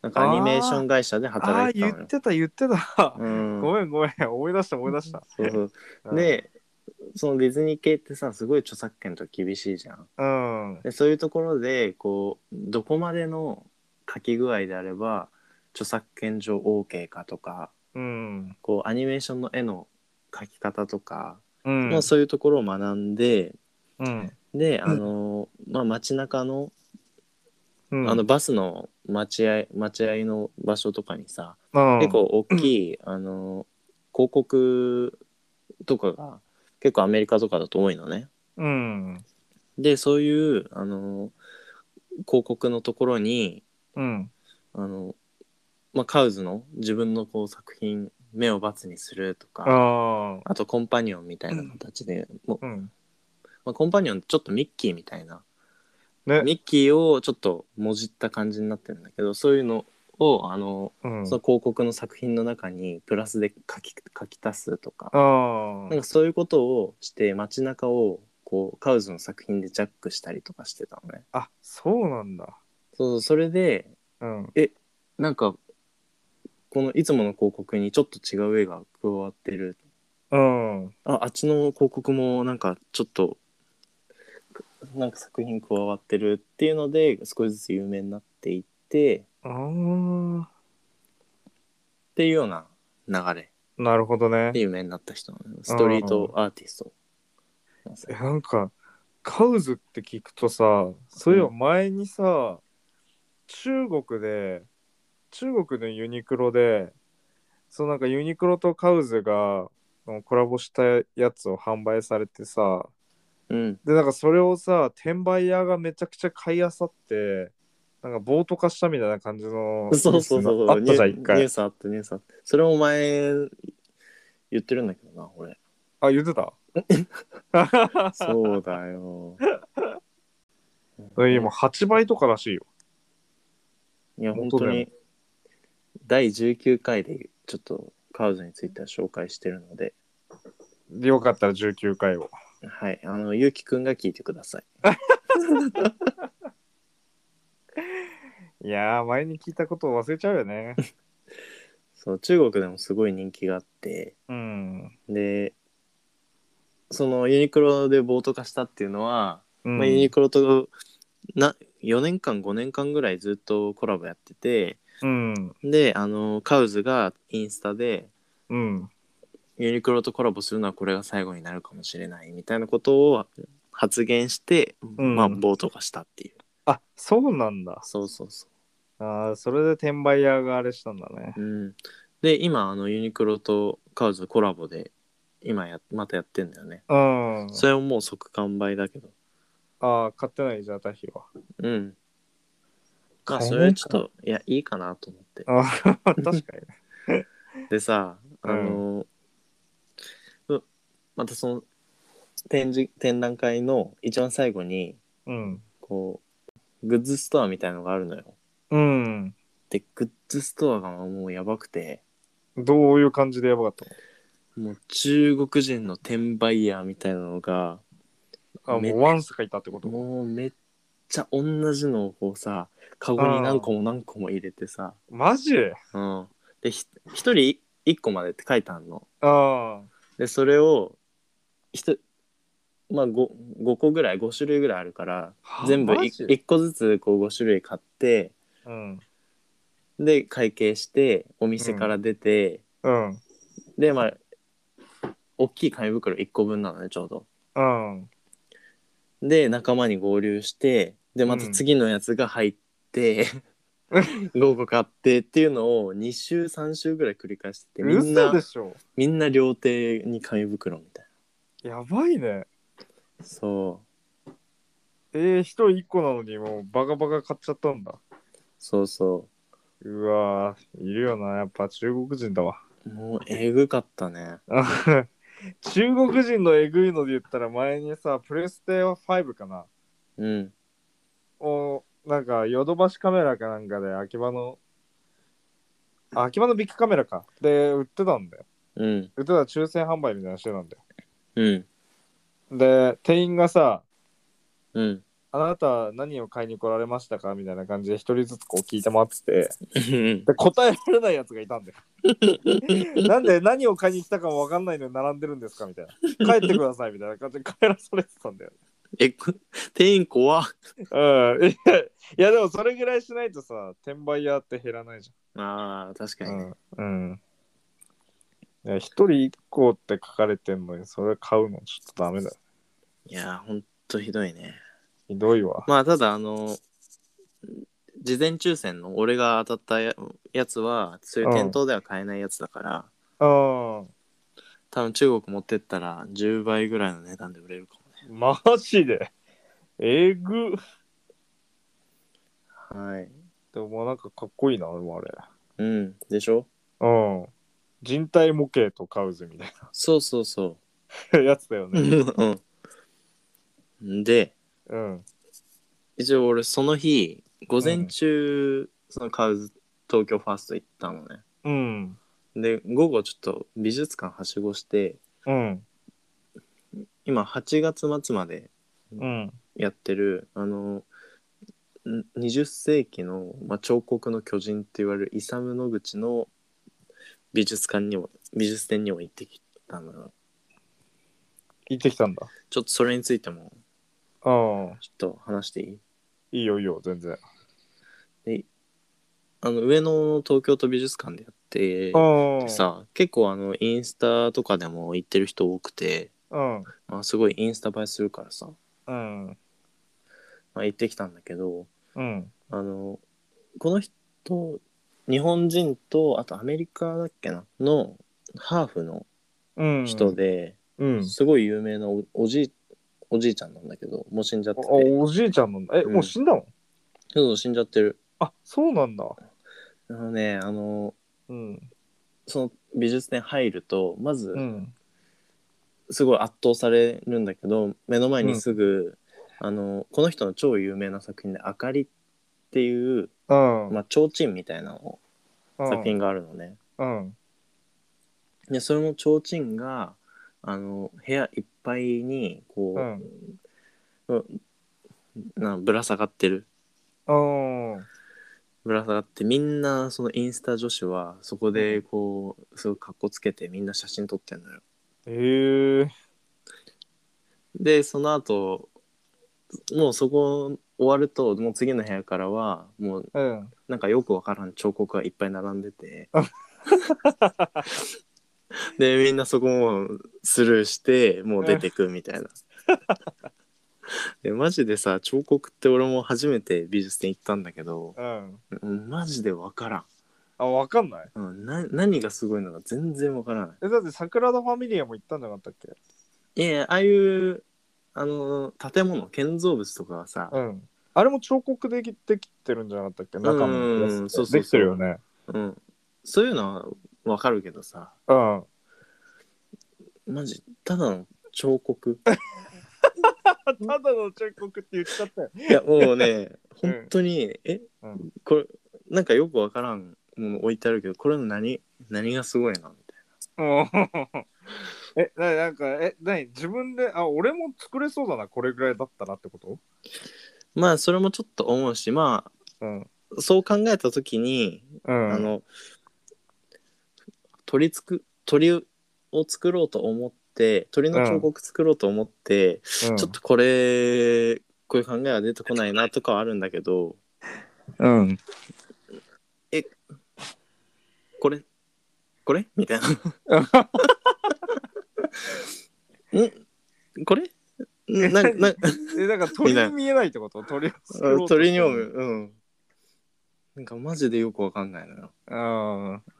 Speaker 2: なんかアニメーション会社で
Speaker 1: ああ、
Speaker 2: 働いて
Speaker 1: 言
Speaker 2: た
Speaker 1: っ
Speaker 2: のよ。
Speaker 1: てた、言ってた。
Speaker 2: うん
Speaker 1: ごめん、ごめん。思い出した、思い出した。
Speaker 2: そうそう
Speaker 1: うん、
Speaker 2: でそのディズニー系ってさすごい著作権とか厳しいじゃん。
Speaker 1: うん。
Speaker 2: でそういうところでこうどこまでの書き具合であれば著作権上 OK かとか
Speaker 1: うん。
Speaker 2: こうアニメーションの絵の描き方とか、
Speaker 1: うん
Speaker 2: まあ、。そういうところを学んで
Speaker 1: うん。
Speaker 2: であの、まあ、街中の
Speaker 1: うん
Speaker 2: あの、バスの待合待合の場所とかにさ、
Speaker 1: うん
Speaker 2: 結構、大きい、あの広告とかが結構アメリカとかだと多いのね。
Speaker 1: うん。
Speaker 2: でそういうあの広告のところに
Speaker 1: うん。
Speaker 2: あの、まあ、カウズの自分のこう作品目を罰にするとか、
Speaker 1: あ
Speaker 2: あとコンパニオンみたいな形で、もう
Speaker 1: あ。うん。
Speaker 2: まあ、コンパニオンってちょっとミッキーみたいな
Speaker 1: ね。
Speaker 2: ミッキーをちょっともじった感じになってるんだけどそういうのをあの、
Speaker 1: うん。
Speaker 2: その広告の作品の中にプラスで書き書き足すとか
Speaker 1: あ
Speaker 2: なんかそういうことをして街中をこうカウズの作品でジャックしたりとかしてたのね
Speaker 1: あ。あ、そうなんだ。
Speaker 2: そうそうそれで
Speaker 1: うん。
Speaker 2: なんかこのいつもの広告にちょっと違う絵が加わってる
Speaker 1: うん。
Speaker 2: ああっちの広告もなんかちょっとなんか作品加わってるっていうので少しずつ有名になっていって
Speaker 1: あ
Speaker 2: っていうような流れ
Speaker 1: あ。なるほどね
Speaker 2: で。有名になった人なのよストリートアーティスト
Speaker 1: えなんかカウズって聞くとさそういえば前にさ、中国で中国のユニクロでそうなんかユニクロとカウズがあのコラボしたやつを販売されてさ
Speaker 2: うん
Speaker 1: でなんかそれをさ転売屋がめちゃくちゃ買いあさってなんか暴徒化したみたいな感じの
Speaker 2: そうそうそうそう
Speaker 1: あったじゃん
Speaker 2: ニュ
Speaker 1: 一
Speaker 2: ニュ
Speaker 1: 回
Speaker 2: ースあったニュースあったそれも前言ってるんだけどな俺
Speaker 1: あ言ってた
Speaker 2: そう だよ
Speaker 1: 今8倍とからしいよ
Speaker 2: いや
Speaker 1: 本
Speaker 2: 本
Speaker 1: 当
Speaker 2: 当
Speaker 1: だよ
Speaker 2: に第19回でちょっとカウズについては紹介してるので
Speaker 1: よかったら19回を
Speaker 2: はいあのゆうきくんが聞いてください
Speaker 1: いやー前に聞いたことを忘れちゃうよね
Speaker 2: そう中国でもすごい人気があって
Speaker 1: うん、
Speaker 2: でそのユニクロで暴徒化したっていうのは、
Speaker 1: うん
Speaker 2: まあ、ユニクロとな4年間5年間ぐらいずっとコラボやってて
Speaker 1: うん
Speaker 2: であのカウズがインスタで
Speaker 1: うん
Speaker 2: ユニクロとコラボするのはこれが最後になるかもしれないみたいなことを発言して、
Speaker 1: ん
Speaker 2: まあ暴徒化したっていう
Speaker 1: あそうなんだ
Speaker 2: そうそうそ
Speaker 1: あーそれで転売屋があれしたんだね
Speaker 2: う、うん、で今あのユニクロとカウズコラボで今やまたやってんだよね
Speaker 1: うん
Speaker 2: それももう即完売だけど
Speaker 1: ああ買ってないじゃあタヒは
Speaker 2: うんまあ
Speaker 1: 買え
Speaker 2: そ
Speaker 1: な
Speaker 2: れ
Speaker 1: い
Speaker 2: はちょっといやいいかなと思って
Speaker 1: あー 確かに
Speaker 2: でさあ
Speaker 1: うん
Speaker 2: のうまたその展示展覧会の一番最後に
Speaker 1: うん
Speaker 2: こうグッズストアみたいのがあるのよ
Speaker 1: うん
Speaker 2: でグッズストアがもうやばくて
Speaker 1: どういう感じでやばかった
Speaker 2: もう中国人の転売ヤーみたいなのが
Speaker 1: のあ
Speaker 2: め
Speaker 1: もうワンスがいたってこと
Speaker 2: もうめっちゃ同じのをこうさカゴに何個も何個も入れてさ、
Speaker 1: マジ
Speaker 2: うん、でひ一人一個までって書いてあんの
Speaker 1: あ
Speaker 2: でそれをひとまあ 5, 5個ぐらい5種類ぐらいあるから
Speaker 1: あ
Speaker 2: 全部
Speaker 1: マジ
Speaker 2: 1, 個ずつこう5種類買って
Speaker 1: あうん
Speaker 2: で会計してお店から出て、
Speaker 1: うん
Speaker 2: でまあ大きい紙袋1個分なのねちょうど。
Speaker 1: うん
Speaker 2: で仲間に合流してでまた次のやつが入 って、午後買ってっていうのを2週3週ぐらい繰り返しててみん
Speaker 1: 嘘
Speaker 2: な
Speaker 1: でしょ
Speaker 2: みんな両手に紙袋みたい
Speaker 1: やばいね
Speaker 2: なそう
Speaker 1: えー、一人一個なのにもうバカバカ買っちゃったんだ
Speaker 2: そうそう
Speaker 1: わーいるよなやっぱ中国人だわ
Speaker 2: うもうえぐかったね
Speaker 1: あ 中国人のえぐいので言ったら前にさプレステは5かな
Speaker 2: うん
Speaker 1: をなんかヨドバシカメラかなんかで秋葉のあ秋葉のビッグカメラかで売ってたんだよ
Speaker 2: うん
Speaker 1: 売ってた抽選販売みたいなのしてたんだよ
Speaker 2: うん
Speaker 1: で店員がさ
Speaker 2: うん
Speaker 1: 「あなた何を買いに来られましたか?」みたいな感じで一人ずつこう聞いて回ってて
Speaker 2: うん
Speaker 1: で答えられないやつがいたんだよなんで何を買いに来たかも分かんないのに並んでるんですかみたいな帰ってくださいみたいな感じで帰らされてたんだよ
Speaker 2: えこ店員怖っ
Speaker 1: うんいやいやでもそれぐらいしないとさ転売屋って減らないじ
Speaker 2: あー確か
Speaker 1: ゃ
Speaker 2: にね、
Speaker 1: んうん、うんいや、一人一個って書かれてんのにそれ買うのちょっとダメだよ
Speaker 2: いやーほんとひどいね
Speaker 1: ひどいわ
Speaker 2: まあただあの事前抽選の俺が当たったややつはそういう店頭では買えないやつだから、
Speaker 1: うん
Speaker 2: 多分中国持ってったら10倍ぐらいの値段で売れるか
Speaker 1: マジでえぐ
Speaker 2: もねはい
Speaker 1: でもなんかかっこいいなでもあれ
Speaker 2: うんでしょ
Speaker 1: うん人体模型とカウズみたい
Speaker 2: そうそうそ
Speaker 1: なやつだよ
Speaker 2: う。
Speaker 1: ね。
Speaker 2: うん。で、
Speaker 1: うん。
Speaker 2: 一応俺その日、午前中、そのカウズ東京ファースト行ったのね。
Speaker 1: うん。
Speaker 2: で、午後ちょっと美術館はしごして、
Speaker 1: うん。
Speaker 2: 今8月末まで
Speaker 1: うん。
Speaker 2: やってる、あの、ん20世紀の、まあ、彫刻の巨人って言われるイサム・ノグチの美術館にも、美術展にも行ってきたのよ。
Speaker 1: 行ってきたんだ。
Speaker 2: ちょっとそれについても、
Speaker 1: うん。
Speaker 2: ちょっと話していい
Speaker 1: いいよいいよ、全然。
Speaker 2: あの上野の東京都美術館でやって
Speaker 1: うん。
Speaker 2: さ結構あのインスタとかでも行ってる人多くて、
Speaker 1: うん。
Speaker 2: まあ、すごいインスタ映えするからさ、
Speaker 1: うん。
Speaker 2: まあ、行ってきたんだけど
Speaker 1: うん。
Speaker 2: あのこの人日本人とあとアメリカだっけなのハーフの
Speaker 1: うん。
Speaker 2: 人。で、
Speaker 1: うん。
Speaker 2: すごい有名なおおじいおじいちゃんなんだけどもう死んじゃってて
Speaker 1: あおじいちゃんなんだ。え、
Speaker 2: うん
Speaker 1: もう死んだの
Speaker 2: そうそう死んじゃってる
Speaker 1: あ、そうなんだ。
Speaker 2: あのねあの
Speaker 1: うん。
Speaker 2: その美術展入るとまず、
Speaker 1: うん。
Speaker 2: すごい圧倒されるんだけど目の前にすぐ、あのこの人の超有名な作品で「あかり」っていう、
Speaker 1: うん。
Speaker 2: まあ、提灯みたいなの作品があるのね。
Speaker 1: うん。
Speaker 2: でそれの提灯があの部屋いっぱいにこう、なぶら下がってる
Speaker 1: うん。うん。
Speaker 2: ぶら下がってみんなそのインスタ女子はそこでこうすごいかっこつけてみんな写真撮ってんのよ。
Speaker 1: ええ。
Speaker 2: でその後もうそこ終わるともう次の部屋からはもう
Speaker 1: うん。
Speaker 2: なんかよくわからん彫刻がいっぱい並んでてでみんなそこもスルーしてもう出てくみたいなでマジでさ彫刻って俺も初めて美術展行ったんだけど
Speaker 1: うん。
Speaker 2: うんマジでわからん、
Speaker 1: あ、わかんない。
Speaker 2: うん、な何がすごいのか全然わからない
Speaker 1: え、だって桜田ファミリアも行ったんじゃなかったっけ
Speaker 2: いやいやああいうあの建物建造物とかはさ、
Speaker 1: うん。あれも彫刻できてきてるんじゃなかったっけ中のやつって
Speaker 2: うんそうそうそう
Speaker 1: できてるよね。
Speaker 2: うん、そういうのはわかるけどさ
Speaker 1: うん。
Speaker 2: マジただの彫刻
Speaker 1: ただの彫刻って言っちゃったよ。
Speaker 2: いやもうね本当に、え
Speaker 1: うん、
Speaker 2: これなんかよくわからんもの置いてあるけどこれの何何がすごいなみたい
Speaker 1: え、ななんか、え、なに、自分で、あ、俺も作れそうだな、これぐらいだったらってこと
Speaker 2: なまあそれもちょっと思うしま
Speaker 1: うん。
Speaker 2: あそう考えた時に、
Speaker 1: うん。
Speaker 2: あの鳥つく鳥を作ろうと思って鳥の彫刻作ろうと思って、
Speaker 1: うん、
Speaker 2: ちょっとこれこういう考えは出てこないなとかはあるんだけど
Speaker 1: うん。
Speaker 2: これこれみたいな。 んこれんなな
Speaker 1: え、だから鳥に見えないってこと鳥を 作ろうとして
Speaker 2: 鳥にもうんなんかマジでよくわかんないのよ、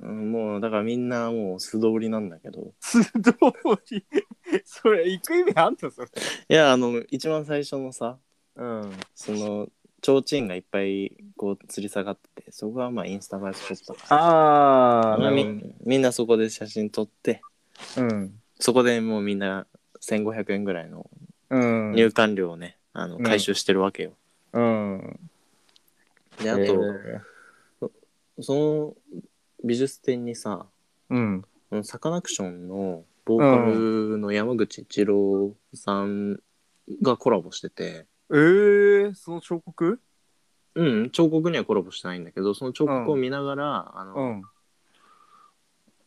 Speaker 1: うん。
Speaker 2: うん、もうだからみんなもう素通りなんだけど
Speaker 1: 素通り。それ、行く意味あんのそれ。
Speaker 2: いやあの一番最初のさ
Speaker 1: うん。
Speaker 2: その提灯がいっぱいこう吊り下がっててそこはまあインスタ映えスポットだ
Speaker 1: あ
Speaker 2: まあみみんなそこで写真撮って
Speaker 1: うん。
Speaker 2: そこでもうみんな1500円ぐらいの
Speaker 1: うん。
Speaker 2: 入館料をね、あの
Speaker 1: うん
Speaker 2: 回収してるわけよ、
Speaker 1: うん。
Speaker 2: であと、
Speaker 1: えー
Speaker 2: その美術展にさ
Speaker 1: うん。
Speaker 2: サカナクションのボーカルの山口一郎さんがコラボしてて、
Speaker 1: えー、その彫刻
Speaker 2: うん、彫刻にはコラボしてないんだけどその彫刻を見ながら、あの
Speaker 1: うん。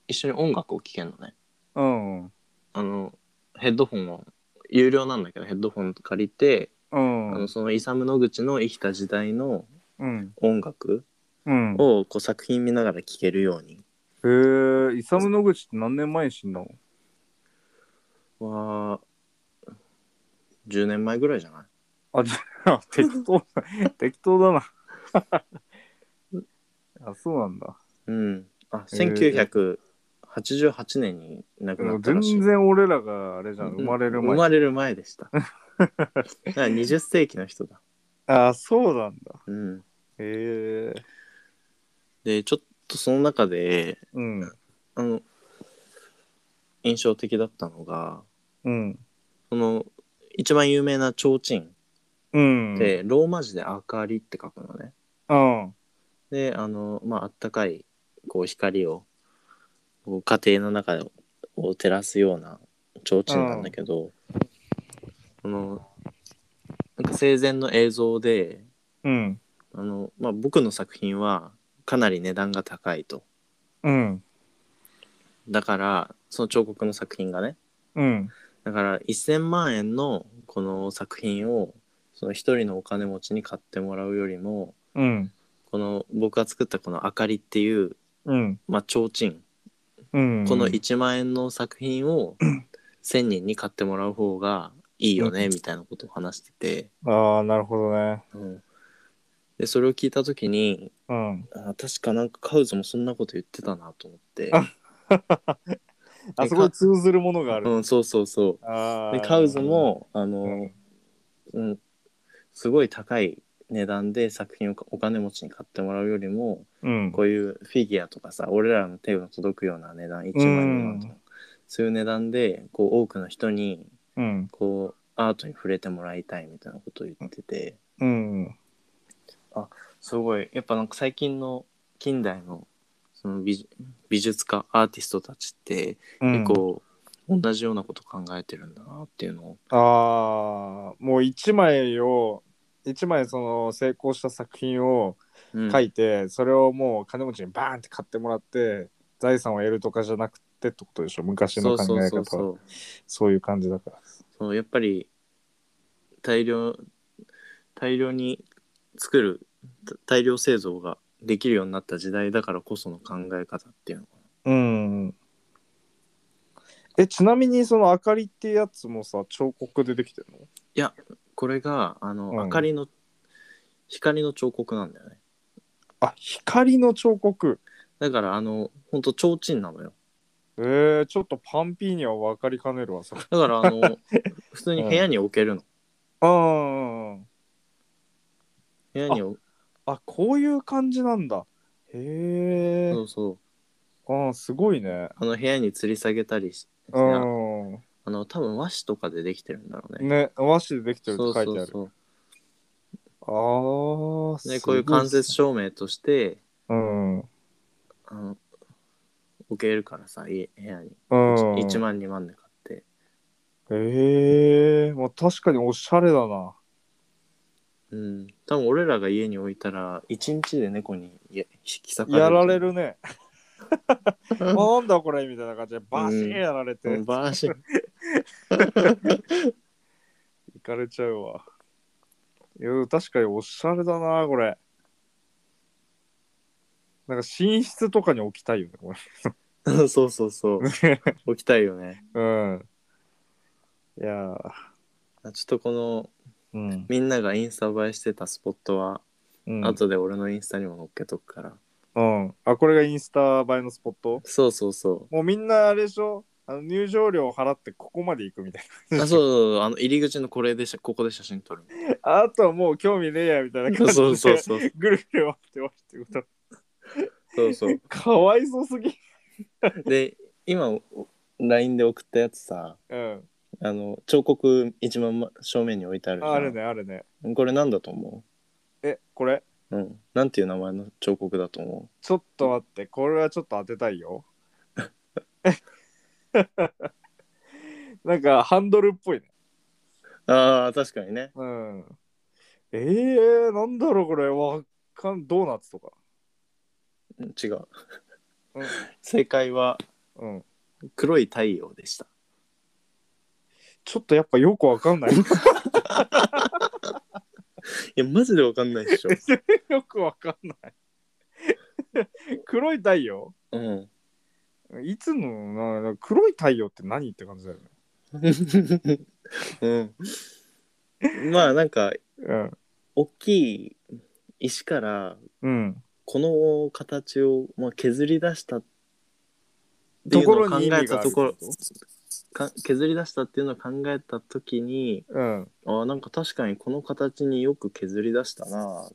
Speaker 2: 一緒に音楽を聴けるのね
Speaker 1: うん。
Speaker 2: あのヘッドフォンを有料なんだけどヘッドフォン借りて、
Speaker 1: う
Speaker 2: あ
Speaker 1: ん
Speaker 2: の。そのイサム・ノグチの生きた時代の
Speaker 1: うん。
Speaker 2: 音楽
Speaker 1: うん。
Speaker 2: をこう作品見ながら聴けるように。
Speaker 1: へえ、イサム・ノグチって何年前に死んだの
Speaker 2: は10年前ぐらいじゃない
Speaker 1: あ、じ ゃあ、適当だ、適当だな。 あ、そうなんだ。
Speaker 2: うん。あ、
Speaker 1: えー
Speaker 2: 1988年に亡くなったらしい。
Speaker 1: 全然俺らがあれじゃん、
Speaker 2: うん
Speaker 1: 生まれる
Speaker 2: 生
Speaker 1: 前。
Speaker 2: まれる前で した。だから20世紀の人だ。
Speaker 1: あ、そうなんだ。
Speaker 2: うん。
Speaker 1: へえ。
Speaker 2: で、ちょっとその中で、
Speaker 1: うん。
Speaker 2: あの、印象的だったのが
Speaker 1: うん。
Speaker 2: その一番有名な提灯
Speaker 1: うん。
Speaker 2: って、ローマ字で「明かり」って書くのね。
Speaker 1: うん。
Speaker 2: であのまああったかいこう光をこう家庭の中を照らすような提灯なんだけど、あのなんか生前の映像で
Speaker 1: うん。
Speaker 2: あの、まあ、僕の作品はかなり値段が高いと
Speaker 1: うん。
Speaker 2: だからその彫刻の作品がね
Speaker 1: うん。
Speaker 2: だから1,000万円のこの作品をその一人のお金持ちに買ってもらうよりも
Speaker 1: うん。
Speaker 2: この僕が作ったこの「明かり」っていう、
Speaker 1: うん。
Speaker 2: まあ、提灯
Speaker 1: うん。
Speaker 2: この1万円の作品を1,000人に買ってもらう方がいいよねみたいなことを話してて、
Speaker 1: ああ、なるほどね。
Speaker 2: うんでそれを聞いた時に
Speaker 1: うん。
Speaker 2: あ確かなんかカウズもそんなこと言ってたなと思って、
Speaker 1: あそこに通ずるものがある。
Speaker 2: うん、そうそうそ
Speaker 1: あ
Speaker 2: う
Speaker 1: ー
Speaker 2: でカウズ、もあ
Speaker 1: う
Speaker 2: の、
Speaker 1: ん。
Speaker 2: うん、すごい高い値段で作品をお金持ちに買ってもらうよりも
Speaker 1: うん。
Speaker 2: こういうフィギュアとかさ俺らの手の届くような値段1万円とか、そういう値段でこう多くの人に
Speaker 1: うん。
Speaker 2: こうアートに触れてもらいたいみたいなことを言ってて
Speaker 1: うん。
Speaker 2: すごいやっぱなんか最近の近代のその美美術家アーティストたちって結構同じようなこと考えてるんだなっていうのを、
Speaker 1: ああ、もう一枚を、一枚その成功した作品を
Speaker 2: うん
Speaker 1: 書いて、それをもう金持ちにバーンって買ってもらって、財産を得るとかじゃなくてってことでしょ。昔
Speaker 2: そ
Speaker 1: の
Speaker 2: う
Speaker 1: 考
Speaker 2: そ
Speaker 1: え方
Speaker 2: うそ
Speaker 1: は
Speaker 2: うそう
Speaker 1: そういう感じだから。
Speaker 2: そうやっぱり大量大量に作るた大量製造ができるようになった時代だからこその考え方っていうの
Speaker 1: うん。え、ちなみにその明かりってやつもさ、彫刻でできてるの
Speaker 2: これがあの、
Speaker 1: うん
Speaker 2: 明かりの光の彫刻なんだよね
Speaker 1: あ、光の彫刻。
Speaker 2: だからあのほんと提灯なのよ
Speaker 1: えー、ちょっとパンピーには分かりかねるわ、それ。
Speaker 2: だからあ の普通に部屋に置けるの、
Speaker 1: うん。
Speaker 2: 部屋に置
Speaker 1: あこういう感じなんだへえ、
Speaker 2: そうそう
Speaker 1: ああすごいね
Speaker 2: あの部屋に吊り下げたりし
Speaker 1: う
Speaker 2: あ
Speaker 1: ん
Speaker 2: の多分和紙とかでできてるんだろうね
Speaker 1: ね和紙でできてるっ
Speaker 2: そう
Speaker 1: て書い
Speaker 2: そ
Speaker 1: てあ
Speaker 2: う
Speaker 1: る
Speaker 2: そう
Speaker 1: ああすご
Speaker 2: でこういう間接照明として
Speaker 1: うんうん
Speaker 2: あの置けるからさ家部屋に1
Speaker 1: 1
Speaker 2: 万2万で買って
Speaker 1: ええもう確かにおしゃれだな
Speaker 2: うん多分俺らが家に置いたら1日で猫にや引き裂かれ
Speaker 1: やら れるねあなんだこれみたいな感じでバシーンやられて
Speaker 2: うんバーシン
Speaker 1: いかれちゃうわいや確かにおしゃれだなこれなんか寝室とかに置きたいよねこれ
Speaker 2: そうそうそう置きたいよね
Speaker 1: うんいやー
Speaker 2: あちょっとこの
Speaker 1: うん
Speaker 2: みんながインスタ映えしてたスポットは、
Speaker 1: うん、
Speaker 2: 後で俺のインスタにも載っけとくから
Speaker 1: うん、あこれがインスタ映えのスポット
Speaker 2: そうそうそ
Speaker 1: もうみんなあれでしょあの入場料を払ってここまで行くみたいう
Speaker 2: あそうそうそうあの入り口のこれでしここで写真撮る
Speaker 1: なあとはもう興味ねえやみたいな感じで
Speaker 2: そうそうそう
Speaker 1: ぐるぐる回ってますってこと
Speaker 2: そうそう
Speaker 1: かわいそうすぎ
Speaker 2: で今お LINE で送ったやつさ
Speaker 1: うん
Speaker 2: あの彫刻一番ま正面に置いてあるじゃん
Speaker 1: あるねあるね
Speaker 2: これなんだと思
Speaker 1: えこれ
Speaker 2: ううんなんていう名前の彫刻だと思
Speaker 1: ちょっと待ってこれはちょっと当てたいよなんかハンドルっぽいね
Speaker 2: うああ確かにね
Speaker 1: うんえー、なんだろうこれわかんドーナツとか
Speaker 2: うん違う、
Speaker 1: うん
Speaker 2: 正解は
Speaker 1: うん
Speaker 2: 黒い太陽でした
Speaker 1: ちょっとやっぱよくわかんない。
Speaker 2: いやマジでわかんないで しょ
Speaker 1: よくわかんない。黒い太陽
Speaker 2: うん
Speaker 1: いつのな黒い太陽って何って感じだよね。
Speaker 2: うんまあなんか大きい石から
Speaker 1: うん。うん。
Speaker 2: この形を、まあ、削り出したっていうのを考えた
Speaker 1: ところに意
Speaker 2: ところ
Speaker 1: 味があるってこ
Speaker 2: か削り出したっていうのを考えた時に
Speaker 1: うん。
Speaker 2: あーなんか確かにこの形によく削り出したなっ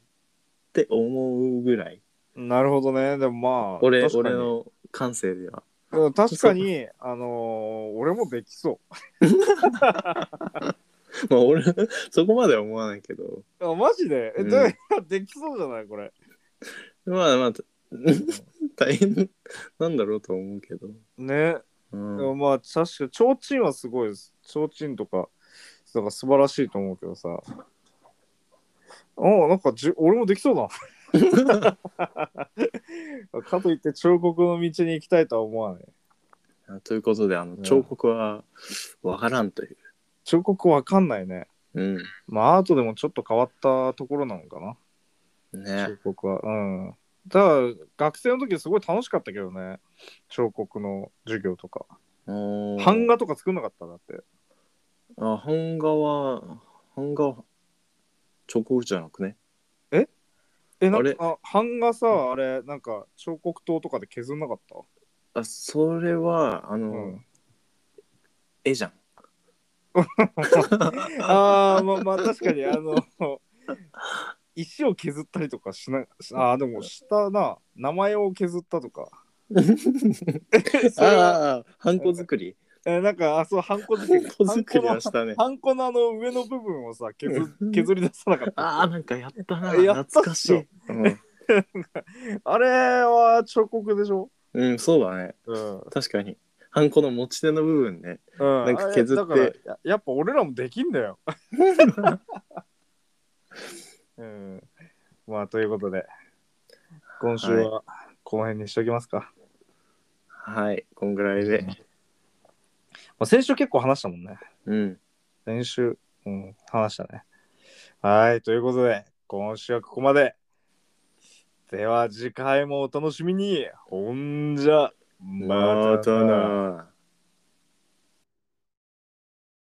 Speaker 2: て思うぐらい
Speaker 1: なるほどね。でもまあ、
Speaker 2: 俺
Speaker 1: 確か
Speaker 2: 俺
Speaker 1: に
Speaker 2: の感性では
Speaker 1: うん確かに、あのー俺もできそ
Speaker 2: まあ俺、そこまでは思わないけど。
Speaker 1: う。あマジでえ、
Speaker 2: うん
Speaker 1: どういやできそうじゃないこれ。
Speaker 2: まあまあ、 大変なんだろうとは思うけど。
Speaker 1: ね。
Speaker 2: うん
Speaker 1: でもまあ、確かに、ちょうちんはすごいです。ちょうちんとか、だから素晴らしいと思うけどさ。ああ、なんかじゅ、俺もできそう だな。かといって彫刻の道に行きたいとは思わない。
Speaker 2: ということで、あの、
Speaker 1: うん
Speaker 2: 彫刻はわからんという。
Speaker 1: 彫刻わかんないね。
Speaker 2: うん。
Speaker 1: まあ、アートでもちょっと変わったところなのかな、
Speaker 2: ね
Speaker 1: 彫刻は。うん。ただ、学生の時すごい楽しかったけどね。彫刻の授業とか。
Speaker 2: おー
Speaker 1: 版画とか作んなかったんだって。
Speaker 2: あ、版画は、版画は、彫刻じゃなくね。
Speaker 1: え、な
Speaker 2: あ
Speaker 1: ん
Speaker 2: れ
Speaker 1: か、あ版画さ、あれ、なんか、彫刻刀とかで削んなかった
Speaker 2: あ、それは、あの、
Speaker 1: うん
Speaker 2: 絵じゃん。
Speaker 1: ああ、まあまあ、確かに、あの、 石を削ったりとかしな、しああ、でも、したな、名前を削ったと か。それは
Speaker 2: ああ、ハンコ作り。
Speaker 1: えなんか、あ、そう、ハンコ作
Speaker 2: ハ
Speaker 1: り。
Speaker 2: ンコ作りはしたね。
Speaker 1: ハンコのあの上の部分をさ削削り出さなかった
Speaker 2: ああ、なんかやったな。
Speaker 1: やったっしょ
Speaker 2: 懐かしい。うん、
Speaker 1: あれは彫刻でしょ
Speaker 2: うん、そうだね。
Speaker 1: うん、
Speaker 2: 確かに。ハンコの持ち手の部分 ね。
Speaker 1: な
Speaker 2: なんか削って
Speaker 1: ややっぱ俺らもできんだよ、うん、まあということで今週はこの辺にしときますか、
Speaker 2: はい、こんぐらいで。
Speaker 1: まあ、先週結構話したもんね
Speaker 2: うん。
Speaker 1: 先週、うん、話したねはいということで今週はここまででは次回もお楽しみにほんじゃ
Speaker 2: またな。